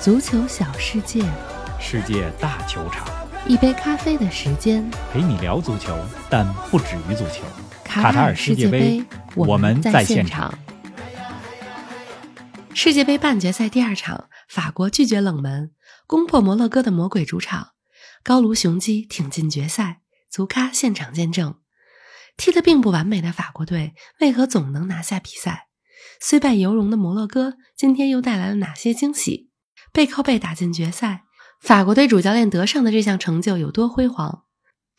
足球小世界，世界大球场，一杯咖啡的时间，陪你聊足球，但不止于足球。卡塔塔尔尔世世界界杯杯，我我们们在在现现场。世界杯半决赛第二场，法国拒绝冷门，攻破摩洛哥的魔鬼主场，高卢雄鸡挺进决赛。足咖现场见证，踢得并不完美的法国队为何总能拿下比赛？虽败犹荣的摩洛哥今天又带来了哪些惊喜？背靠背打进决赛，法国队主教练德尚的这项成就有多辉煌？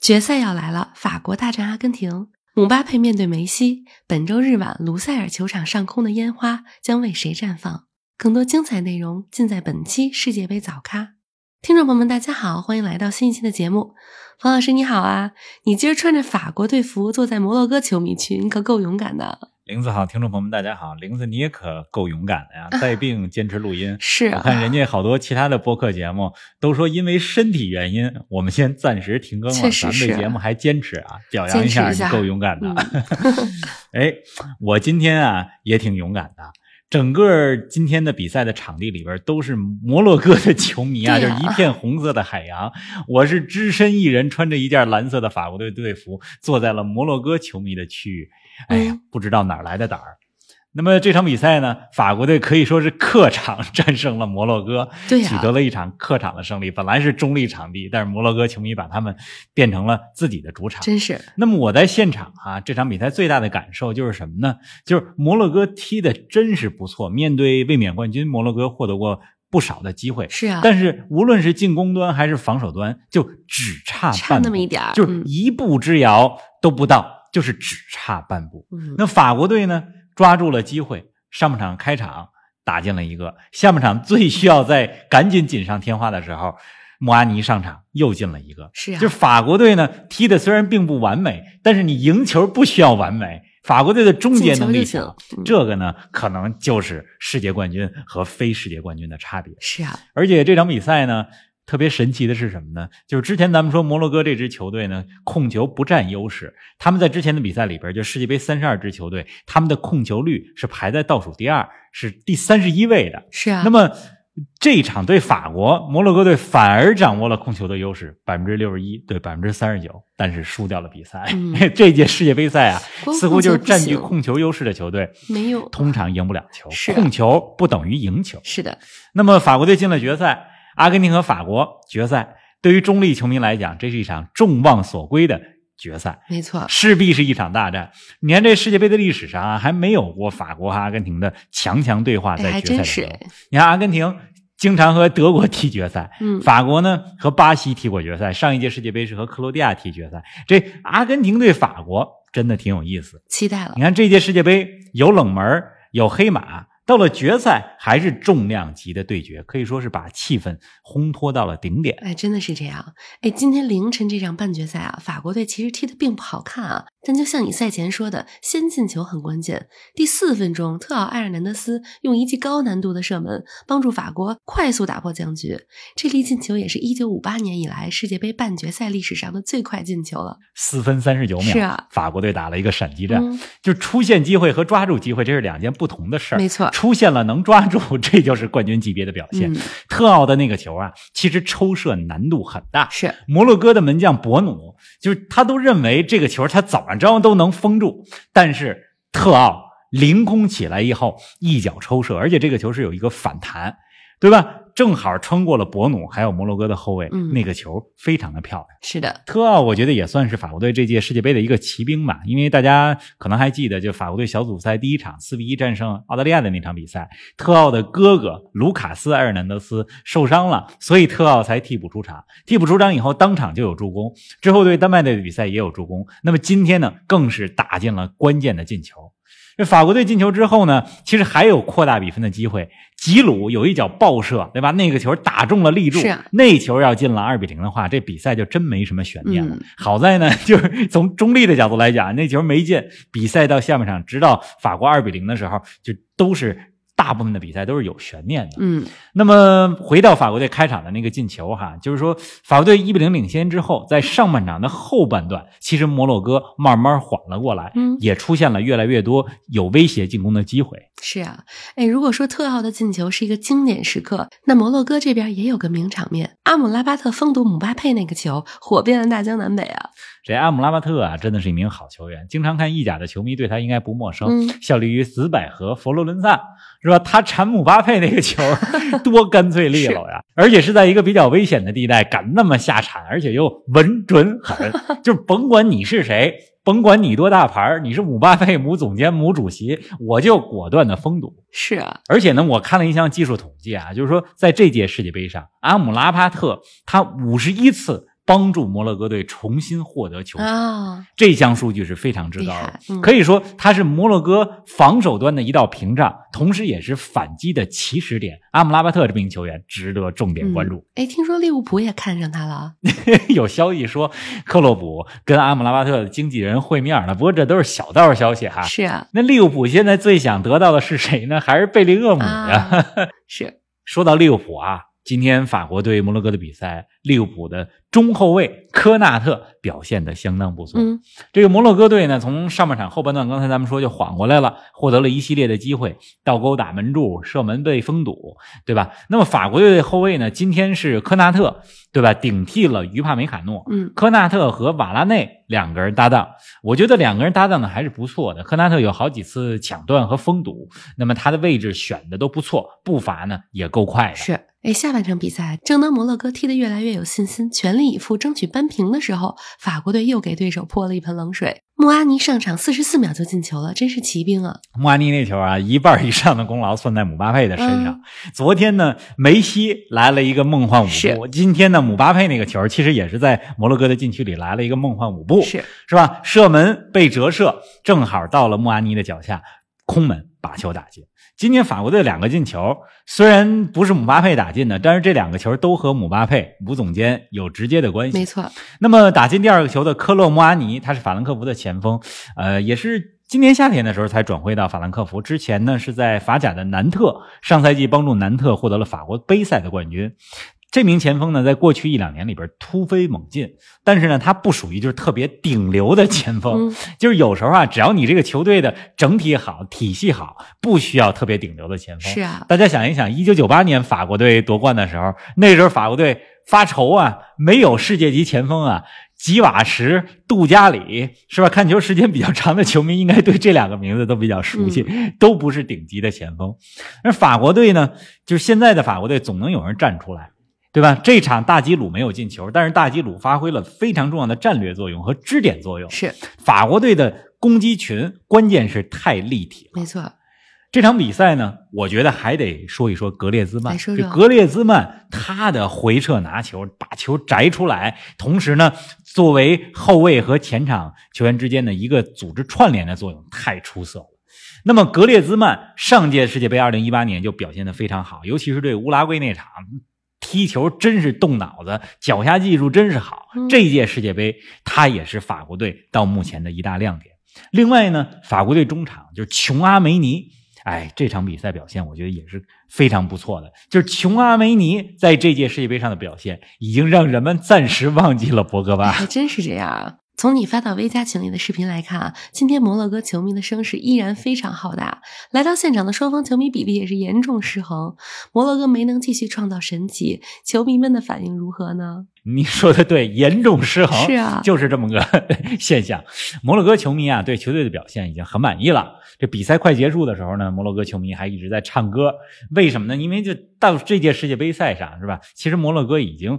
决赛要来了，法国大战阿根廷，姆巴佩面对梅西。本周日晚，卢塞尔球场上空的烟花将为谁绽放？更多精彩内容尽在本期世界杯早咖。听众朋友们，大家好，欢迎来到新一期的节目。冯老师你好啊，你今儿穿着法国队服坐在摩洛哥球迷区，你可够勇敢的。玲子好，听众朋友们，大家好，玲子你也可够勇敢的呀，带病坚持录音。啊是啊我看人家好多其他的播客节目都说因为身体原因，我们先暂时停更了，确实咱们这是啊节目还坚持啊，表扬一下坚持一你下够勇敢的。嗯哎，我今天啊也挺勇敢的。整个今天的比赛的场地里边都是摩洛哥的球迷啊，对啊就是一片红色的海洋。我是只身一人，穿着一件蓝色的法国队队服，坐在了摩洛哥球迷的区域。哎呀嗯，不知道哪儿来的胆儿。那么这场比赛呢，法国队可以说是客场 战胜了摩洛哥，对呀取得了一场客场的胜利。本来是中立场地，但是摩洛哥球迷把他们变成了自己的主场。真 是那么我在现场啊，这场比赛最大的感受就是什么呢？就是摩洛哥踢的真是不错，面对卫冕冠军摩洛哥获得过不少的机会，是啊，但是无论是进攻端还是防守端，就只差差半那步，么一点儿，嗯就是一步之遥都不到，就是只差半步。嗯那法国队呢，抓住了机会，上半场开场打进了一个，下半场最需要在赶紧锦上添花的时候，莫阿尼上场又进了一个。是啊，就法国队呢，踢的虽然并不完美，但是你赢球不需要完美。法国队的终进结球能就力行强，，嗯这个呢，可能就是世界冠军和非世界冠军的差别。是啊，而且这场比赛呢，特别神奇的是什么呢？就是之前咱们说摩洛哥这支球队呢，控球不占优势。他们在之前的比赛里边，就世界杯三十二支球队，他们的控球率是排在倒数第二，是第三十一位的。是啊，那么这一场对法国，摩洛哥队反而掌握了控球的优势，百分之六十一对百分之三十九，但是输掉了比赛。嗯 这届世界杯赛啊，光似乎就是控球不占行据控球优势的球队，没有通常赢不了球。是啊控球不等于赢球。是的，那么法国队进了决赛，阿根廷和法国决赛，对于中立球迷来讲，这是一场众望所归的决赛。没错，势必是一场大战。你看这世界杯的历史上啊，还没有过法国和阿根廷的强强对话哎，啊在还决赛真当是中。哎，你看阿根廷经常和德国 踢决赛，嗯，法国呢和巴西踢过决赛，上一届世界杯是和克罗地亚踢决赛。这阿根廷对法国真的挺有意思。期待了你，看这届世界杯有冷门儿，有黑马，到了决赛还是重量级的对决，可以说是把气氛烘托到了顶点。哎，真的是这样。哎，今天凌晨这场半决赛啊，法国队其实踢得并不好看啊，但就像你赛前说的，先进球很关键。第四分钟，特奥埃尔南德斯用一记高难度的射门，帮助法国快速打破僵局。这粒进球也是一九五八年以来世界杯半决赛历史上的最快进球了。四分三十九秒，是啊法国队打了一个闪击战，嗯，就出现机会和抓住机会，这是两件不同的事儿。没错出现了能抓住， 这就是冠军级别的表现。嗯，特奥的那个球啊，其实抽射难度很大。是摩洛哥的门将博努，就是他都认为这个球他早上招都能封住，但是特奥凌空起来以后一脚抽射，而且这个球是有一个反弹，对吧？正好穿过了博努，还有摩洛哥的后卫，嗯那个球非常的漂亮。是的，特奥，我觉得也算是法国队这届世界杯的一个骑兵吧，因为大家可能还记得，就法国队小组赛第一场四比一战胜澳大利亚的那场比赛，特奥的哥哥卢卡斯·埃尔南德斯受伤了，所以特奥才替补出场。替补出场以后，当场就有助攻，之后对丹麦队的比赛也有助攻。那么今天呢，更是打进了关键的进球。这法国队进球之后呢，其实还有扩大比分的机会。吉鲁有一脚爆射，对吧？那个球打中了立柱，是啊那球要进了二比零的话，这比赛就真没什么悬念了。嗯好在呢， 就是从中立的角度来讲，那球没进，比赛到下半场，直到法国二比零的时候，就都是大部分的比赛都是有悬念的。嗯那么回到法国队开场的那个进球哈，就是说法国队一比零领先之后，在上半场的后半段，其实摩洛哥慢慢缓了过来，嗯，也出现了越来越多有威胁进攻的机会。是啊，哎，如果说特奥的进球是一个经典时刻，那摩洛哥这边也有个名场面，阿姆拉巴特封堵姆巴佩那个球，火遍了大江南北啊。这阿姆拉巴特啊，真的是一名好球员，经常看意甲的球迷对他应该不陌生，嗯效力于紫百合、佛罗伦萨，是吧？他铲姆巴佩那个球 多干脆利落呀，而且是在一个比较危险的地带敢那么下铲，而且又稳准狠，就是甭管你是谁。甭管你多大牌儿，你是姆巴佩、姆总监、姆主席，我就果断的封堵。是啊，而且呢，我看了一项技术统计啊，就是说在这届世界杯上，阿姆拉巴特他五十一次帮助摩洛哥队重新获得球权，啊，这项数据是非常之厉高害的。，嗯可以说，它是摩洛哥防守端的一道屏障，同时也是反击的起始点。阿姆拉巴特这名球员值得重点关注。。哎、听说利物浦也看上他了， 有消息说，克洛普跟阿姆拉巴特的经纪人会面了，不过这都是小道消息哈。是啊，那利物浦现在最想得到的是谁呢？还是贝林厄姆嗯呀？啊，是，说到利物浦啊，今天法国对摩洛哥的比赛，利物浦的中后卫科纳特表现得相当不错。嗯这个摩洛哥队呢，从上半场后半段，刚才咱们说就缓过来了，获得了一系列的机会，倒钩打门柱，射门被封堵，对吧？那么法国队的后卫呢，今天是科纳特，对吧？顶替了于帕梅卡诺。嗯科纳特和瓦拉内两个人搭档，我觉得两个人搭档的还是不错的。科纳特有好几次抢断和封堵，那么他的位置选的都不错，步伐呢也够快的。是。哎，下半场比赛，正当摩洛哥踢得越来越有信心，全力以赴争取扳平的时候，法国队又给对手泼了一盆冷水。穆阿尼上场四十四秒就进球了，真是奇兵啊！穆阿尼那球啊，一半以上的功劳算在姆巴佩的身上。嗯昨天呢，梅西来了一个梦幻舞步，是今天呢，姆巴佩那个球其实也是在摩洛哥的禁区里来了一个梦幻舞步，是，是吧？射门被折射，正好到了穆阿尼的脚下，空门把球打进。今天法国队两个进球，虽然不是姆巴佩打进的，但是这两个球都和姆巴佩、姆总监有直接的关系。没错，那么打进第二个球的科洛莫阿尼，他是法兰克福的前锋，呃，也是今年夏天的时候才转会到法兰克福，之前呢是在法甲的南特，上赛季帮助南特获得了法国杯赛的冠军。这名前锋呢，在过去一两年里边突飞猛进，但是呢，他不属于就是特别顶流的前锋，嗯就是有时候啊，只要你这个球队的整体好、体系好，不需要特别顶流的前锋。是啊，大家想一想，一九九八年法国队夺冠的时候，那时候法国队发愁啊，没有世界级前锋啊。吉瓦什、杜加里是吧？看球时间比较长的球迷应该对这两个名字都比较熟悉，都不是顶级的前锋。而法国队呢，就是现在的法国队总能有人站出来，对吧？这场大吉鲁没有进球，但是大吉鲁发挥了非常重要的战略作用和支点作用。是法国队的攻击群关键是太立体了。没错，这场比赛呢，我觉得还得说一说格列兹曼。来说这说格列兹曼他的回撤拿球，把球摘出来，同时呢，作为后卫和前场球员之间的一个组织串联的作用，太出色了。那么格列兹曼上届世界杯2018年就表现得非常好，尤其是对乌拉圭那场。踢球真是动脑子，脚下技术真是好。嗯这一届世界杯，他也是法国队到目前的一大亮点。另外呢，法国队中场就是琼阿梅尼，哎，这场比赛表现我觉得也是非常不错的。就是琼阿梅尼在这届世界杯上的表现，已经让人们暂时忘记了博格巴。还真是这样啊！从你发到微加群里的视频来看啊，今天摩洛哥球迷的声势依然非常浩大，来到现场的双方球迷比例也是严重失衡。摩洛哥没能继续创造神奇，球迷们的反应如何呢？你说的对，严重失衡，是啊就是这么个 现象。摩洛哥球迷啊，对球队的表现已经很满意了。这比赛快结束的时候呢，摩洛哥球迷还一直在唱歌，为什么呢？因为就到这届世界杯赛上，是吧？其实摩洛哥已经。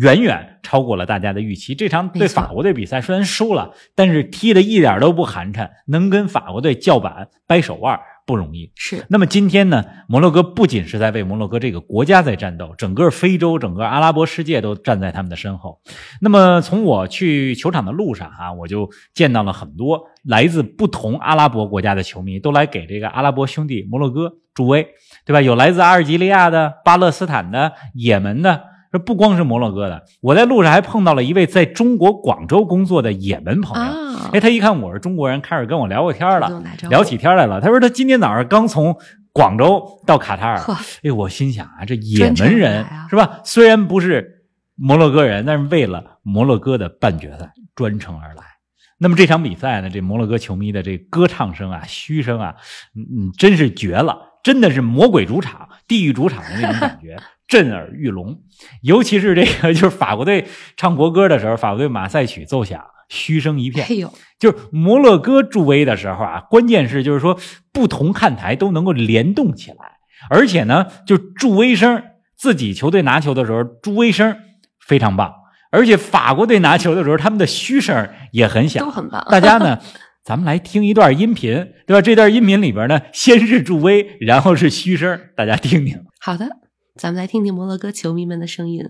远远超过了大家的预期。这场对没错法国队比赛虽然输了，但是踢的一点都不寒碜，能跟法国队叫板、掰手腕儿不容易。是那么今天呢，摩洛哥不仅是在为摩洛哥这个国家在战斗，整个非洲、整个阿拉伯世界都站在他们的身后。那么从我去球场的路上啊，我就见到了很多来自不同阿拉伯国家的球迷，都来给这个阿拉伯兄弟摩洛哥助威，对吧？有来自阿尔及利亚的、巴勒斯坦的、也门的。这不光是摩洛哥的，我在路上还碰到了一位在中国广州工作的也门朋友。哎啊哎，，他一看我是中国人，开始跟我聊过天儿了主。动打招呼聊起天来了。他说他今天早上刚从广州到卡塔尔。呵，哎，我心想啊，这也专程门人、来啊是吧？虽然不是摩洛哥人，但是为了摩洛哥的半决赛专程而来。那么这场比赛呢，这摩洛哥球迷的这歌唱声啊、嘘声啊，嗯，嗯真是绝了，真的是魔鬼主场、地狱主场的那种 感觉，震耳欲聋。尤其是这个，就是法国队唱国歌的时候，法国队马赛曲奏响，嘘声一片哎。呦，就是摩洛哥助威的时候啊，关键是就是说不同看台都能够联动起来，而且呢，就助威声，自己球队拿球的时候助威声非常棒，而且法国队拿球的时候他们的嘘声也很响都，很棒。大家呢，咱们来听一段音频，对吧？这段音频里边呢，先是助威，然后是嘘声，大家听听。好的，咱们来听听摩洛哥球迷们的声音。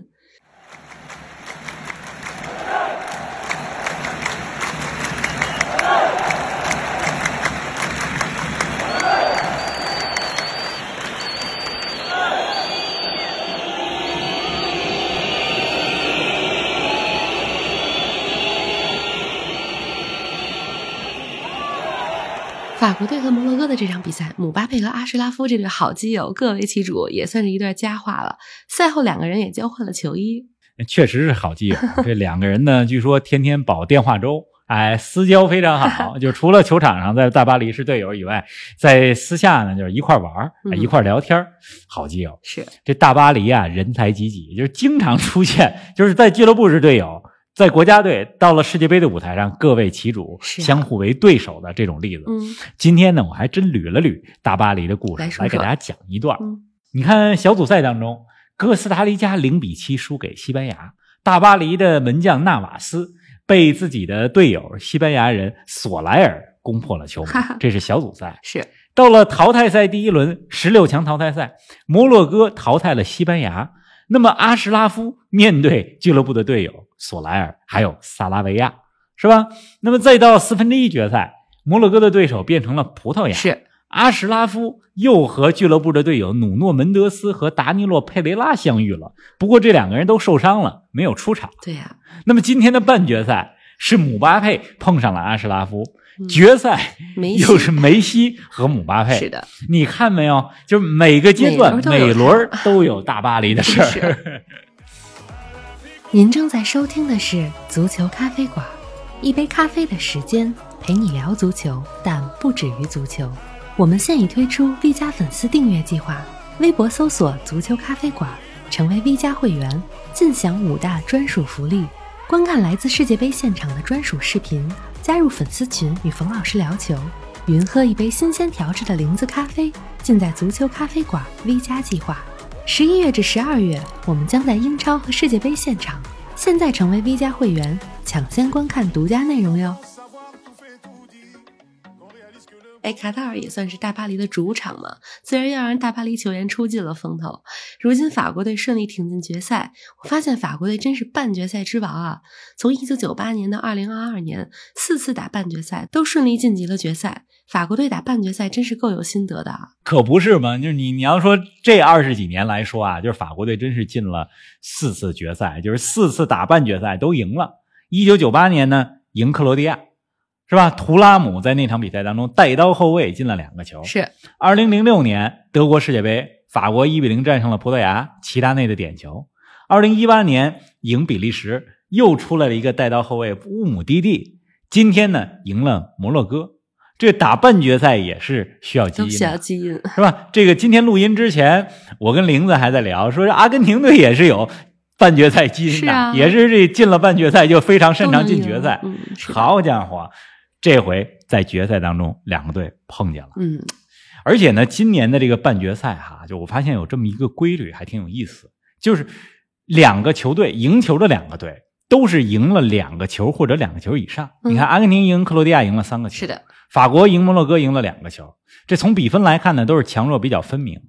法国队和摩洛哥的这场比赛，姆巴佩和阿什拉夫这对好基友各为其主，也算是一段佳话了。赛后两个人也交换了球衣，确实是好基友。这两个人呢，据说天天煲电话粥，哎，私交非常好。就除了球场上在大巴黎是队友以外，在私下呢，就是一块玩儿、哎嗯一块聊天儿，好基友。是这大巴黎啊，人才济济，就是经常出现，就是在俱乐部是队友，在国家队到了世界杯的舞台上各为其主，是啊相互为对手的这种例子。嗯今天呢，我还真捋了捋大巴黎的故事，来来说给说大家讲一段。嗯你看小组赛当中，哥斯达黎加零比七输给西班牙，大巴黎的门将纳瓦斯被自己的队友西班牙人索莱尔攻破 了球门哈哈，这是小组赛。是到了淘汰赛第一轮，十六强淘汰赛，摩洛哥淘汰了西班牙。那么阿什拉夫面对俱乐部的队友索莱尔，还有萨拉维亚，是吧？那么再到四分之一决赛，摩洛哥的对手变成了葡萄牙。是阿什拉夫又和俱乐部的队友努诺门德斯和达尼洛佩雷拉相遇了，不过这两个人都受伤了，没有出场。对呀、那么今天的半决赛是姆巴佩碰上了阿什拉夫，嗯决赛梅西又是梅西和姆巴佩。是的，你看没有？就是每个阶段每轮都有每轮儿都有大巴黎的 事儿。您正在收听的是《足球咖啡馆》，一杯咖啡的时间陪你聊足球，但不止于足球。我们现已推出 V 加粉丝订阅计划，微博搜索“足球咖啡馆”，成为 V 加会员，尽享五大专属福利：观看来自世界杯现场的专属视频，加入粉丝群与冯老师聊球，云喝一杯新鲜调制的零子咖啡，尽在足球咖啡馆 V 加计划。十一月至十二月，我们将在英超和世界杯现场。现在成为 V 加会员，抢先观看独家内容哟。哎，卡塔尔也算是大巴黎的主场嘛，自然要让大巴黎球员出尽了风头。如今法国队顺利挺进决赛，我发现法国队真是半决赛之王啊！从一九九八年到二零二二年，四次打半决赛都顺利晋级了决赛。法国队打半决赛真是够有心得的啊！ 可不是嘛，就是你你要说这二十几年来说啊，就是法国队真是进了四次决赛，就是四次打半决赛都赢了。一九九八年呢，赢克罗地亚，是吧？图拉姆在那场比赛当中带刀后卫进了两个球。是二零零六年德国世界杯，法国一比零战胜了葡萄牙，齐达内的点球。二零一八年赢比利时，又出来了一个带刀后卫乌姆蒂蒂。今天呢，赢了摩洛哥。这打半决赛也是需要基都因啊需要的，基因。是吧？这个今天录音之前，我跟玲子还在聊，说是阿根廷队也是有半决赛基因是的，啊也是这进了半决赛就非常擅长都能进赢决赛。嗯，是的，好家伙，这回在决赛当中，两个队碰见了。嗯，而且呢，今年的这个半决赛哈、就我发现有这么一个规律，还挺有意思，就是两个球队赢球的两个队都是赢了两个球或者两个球以上。嗯你看，阿根廷赢克罗地亚赢了三个球，是的，法国赢摩洛哥赢了两个球，这从比分来看呢，都是强弱比较分明。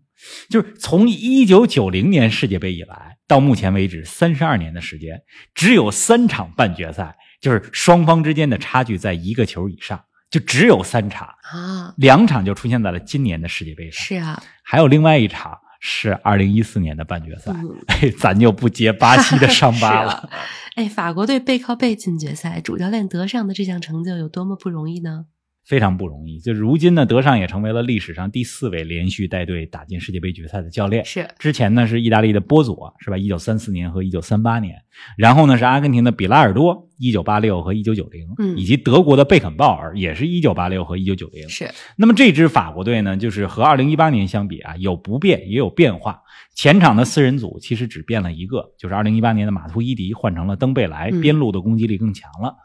就是从一九九零年世界杯以来到目前为止三十二年的时间，只有三场半决赛，就是双方之间的差距在一个球以上，就只有三场，啊，两场就出现在了今年的世界杯上，是啊，还有另外一场是二零一四年的半决赛，嗯，嘿， 咱就不揭巴西的伤 是疤了。啊。哎，法国队背靠背进决赛，主教练德尚的这项成就有多么不容易呢？非常不容易。就如今呢，德尚也成为了历史上第四位连续带队打进世界杯决赛的教练。是之前呢是意大利的波佐，是吧？一九三四年和一九三八年，然后呢是阿根廷的比拉尔多，一九八六和一九九零，嗯以及德国的贝肯鲍尔，也是一九八六和一九九零。是，那么这支法国队呢，就是和二零一八年相比啊，有不变也有变化。前场的四人组其实只变了一个，就是二零一八年的马图伊迪换成了登贝莱，嗯边路的攻击力更强了。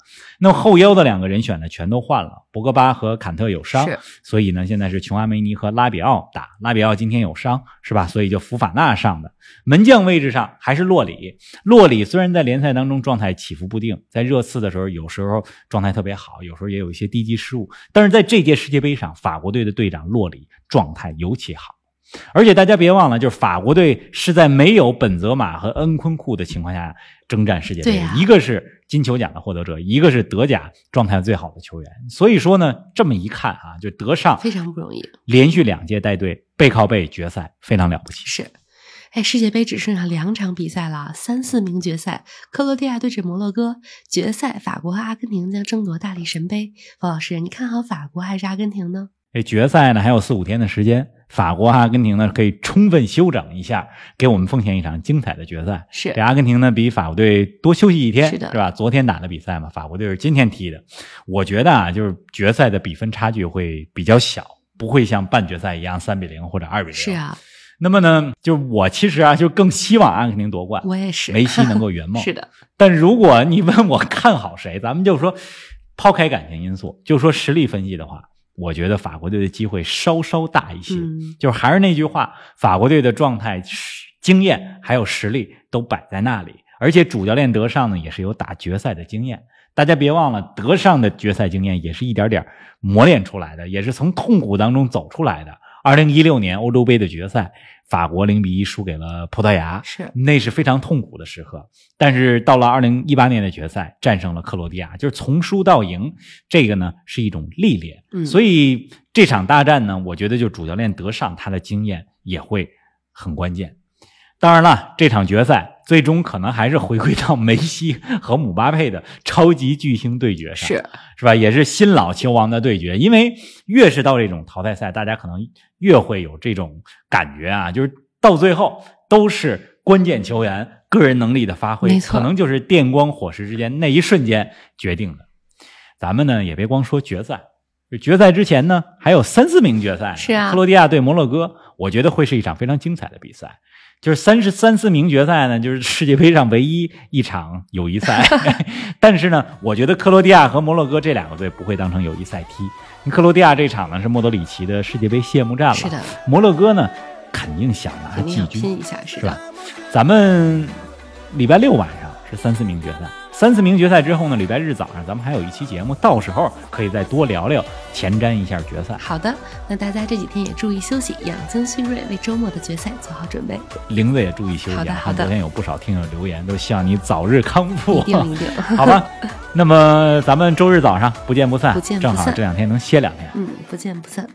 那么后腰的两个人选呢，全都换了，博格巴和坎特有伤，是所以呢，现在是琼阿梅尼和拉比奥打，拉比奥今天有伤，是吧？所以就福法纳上的。门将位置上还是洛里，洛里虽然在联赛当中状态起伏不定，在热刺的时候有时候状态特别好，有时候也有一些低级失误，但是在这届世界杯上，法国队的队长洛里状态尤其好。而且大家别忘了，就是法国队是在没有本泽马和恩昆库的情况下征战世界杯对的，呀一个是金球奖的获得者，一个是德甲状态最好的球员。所以说呢，这么一看啊，就德尚非常不容易。连续两届带队背靠背决赛，非常了不起。是，哎，世界杯只剩下两场比赛了，三四名决赛，克罗地亚对阵摩洛哥，决赛法国和阿根廷将争夺大力神杯。王老师，你看好法国还是阿根廷呢？这哎决赛呢还有四五天的时间，法国、啊阿根廷呢可以充分休整一下，给我们奉献一场精彩的决赛。是这阿根廷呢比法国队多休息一天，是的吧？昨天打的比赛嘛，法国队是今天踢的。我觉得啊，就是决赛的比分差距会比较小，不会像半决赛一样三比零或者二比零。是。啊，那么呢，就是我其实啊，就更希望阿根廷夺冠，我也是。梅西能够圆 梦。是的，但如果你问我看好谁，咱们就说抛开感情因素，就说实力分析的话，我觉得法国队的机会稍稍大一些。嗯，就是还是那句话，法国队的状态、实经验还有实力都摆在那里，而且主教练德尚呢也是有打决赛的经验。大家别忘了，德尚的决赛经验也是一点点磨练出来的，也是从痛苦当中走出来的。二零一六年欧洲杯的决赛，法国零比一输给了葡萄牙，是那是非常痛苦的时刻。但是到了二零一八年的决赛，战胜了克罗地亚，就是从输到赢，这个呢是一种历练。嗯所以这场大战呢，我觉得就主教练德尚他的经验也会很关键。当然了，这场决赛最终可能还是回归到梅西和姆巴佩的超级巨星对决上，是是吧？也是新老球王的对决，因为越是到这种淘汰赛，大家可能越会有这种感觉啊，就是到最后都是关键球员个人能力的发挥没，错可能就是电光火石之间那一瞬间决定的。咱们呢也别光说决赛，就决赛之前呢还有三四名决赛呢，是啊克罗地亚对摩洛哥，我觉得会是一场非常精彩的比赛。就是三十三四名决赛呢，就是世界杯上唯一一场友 谊赛。但是呢，我觉得克罗地亚和摩洛哥这两个队不会当成友谊赛踢。克罗地亚这场呢是莫德里奇的世界杯谢幕战了，是的，摩洛哥呢肯定想拿肯定季要拼军，一下，是是啊吧的，？咱们礼拜六晚上是三四名决赛，三四名决赛之后呢，礼拜日早上咱们还有一期节目，到时候可以再多聊聊，前瞻一下决赛。好的，那大家这几天也注意休息，养精蓄锐，为周末的决赛做好准备。玲子也注意休息好的啊，好看的昨天有不少听友留言，都希望你早日康复一。定一定， 好吧，那么咱们周日早上不见不散，不见不正好散这两天能歇两天。嗯，不见不散。